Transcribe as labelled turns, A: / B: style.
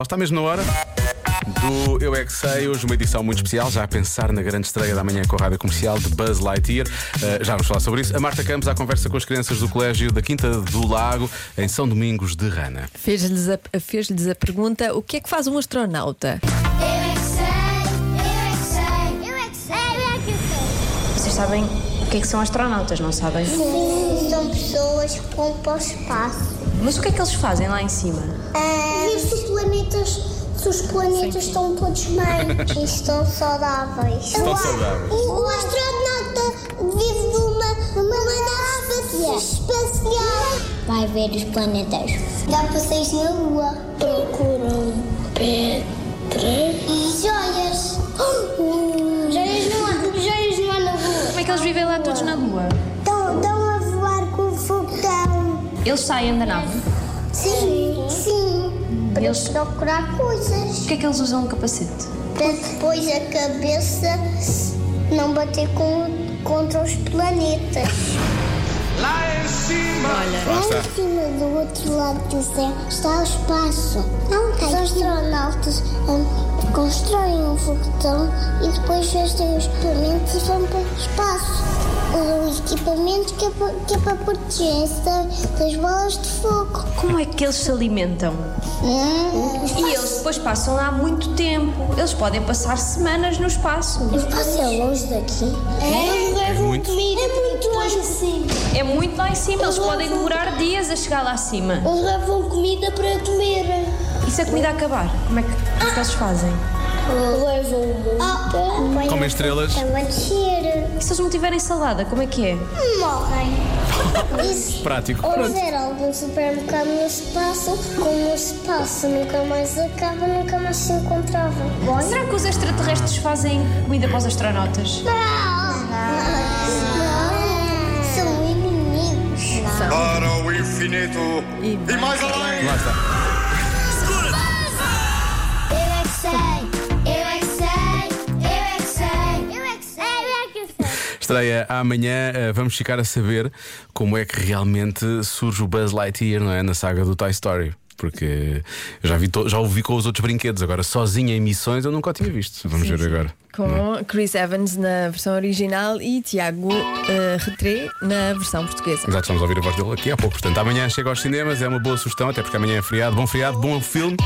A: Está mesmo na hora do Eu É Que Sei, hoje uma edição muito especial, já a pensar na grande estreia da manhã com a Rádio Comercial de Buzz Lightyear. Eh, já vamos falar sobre isso. A Marta Campos à conversa com as crianças do Colégio da Quinta do Lago, em São Domingos de Rana.
B: Fez-lhes a, fez-lhes a pergunta: o que é que faz um astronauta?
C: Eu é que sei, eu é que sei, eu é que sei, eu é que sei.
D: Vocês sabem o que é que são astronautas, não sabem?
C: São pessoas que vão para o espaço.
D: Mas o que é que eles fazem lá em cima?
C: Ver se os planetas, se os planetas estão todos bem. e estão saudáveis. Estão
A: saudáveis.
C: O, astronauta vive numa, nave espacial. Vai ver os planetas. um Dá passeios na Lua. Procuram pedras. E joias. Joias não há, joias não há na Lua.
D: Como é que eles vivem lá todos na Lua?
C: Estão, estão a voar com o foguetão.
D: Eles saem da nave.
C: Sim, sim. Para
D: Eles-
C: procurar
D: O
C: coisas.
D: que é que eles usam um capacete?
C: Para depois a cabeça não bater com, contra os planetas. Lá em cima do outro lado do céu está o espaço. Não tem. Os astronautas hum, constroem um foguetão e depois vestem os equipamentos e vão para o espaço. O equipamento que é para, que é para proteger-se da- das bolas de fogo.
D: Como é que eles se alimentam?
C: Hum.
D: E eles depois passam lá muito tempo. Eles podem passar semanas no espaço.
C: O espaço é longe daqui? É, é,
A: muito.
C: comida. É muito longe sim.
D: É muito lá em cima. Eles podem demorar dias a chegar lá acima.
C: Eles levam comida para comer.
D: E se a comida acabar? Como é que, o que é que eles fazem?
C: Levam Ah, muita.
A: Comem estrelas.
C: Também descer.
D: E se eles não tiverem salada, como é que é?
C: Morrem. Isso.
A: Prático.
C: Ou
A: Pronto.
C: ver algum supermercado no espaço, como o espaço nunca mais acaba, nunca mais se encontrava. Bom,
D: Será que os extraterrestres fazem comida para os astronautas?
C: não. São inimigos.
E: Para o infinito e, mais além.
A: Lá está.
C: Eu é que sei, eu é que sei, eu é que sei, eu é que sei, eu é que sei.
A: Estreia amanhã, eh, vamos ficar a saber como é que realmente surge o Buzz Lightyear, não é? Na saga do Toy Story. Porque eu já, vi to- já ouvi com os outros brinquedos, agora sozinho em missões eu nunca o tinha visto. Vamos ver agora.
B: Com Chris Evans na versão original e Tiago eh, Retré na versão portuguesa.
A: Exato, estamos a ouvir a voz dele aqui há pouco. Portanto, amanhã chega aos cinemas, é uma boa sugestão, até porque amanhã é feriado. Bom feriado, bom filme.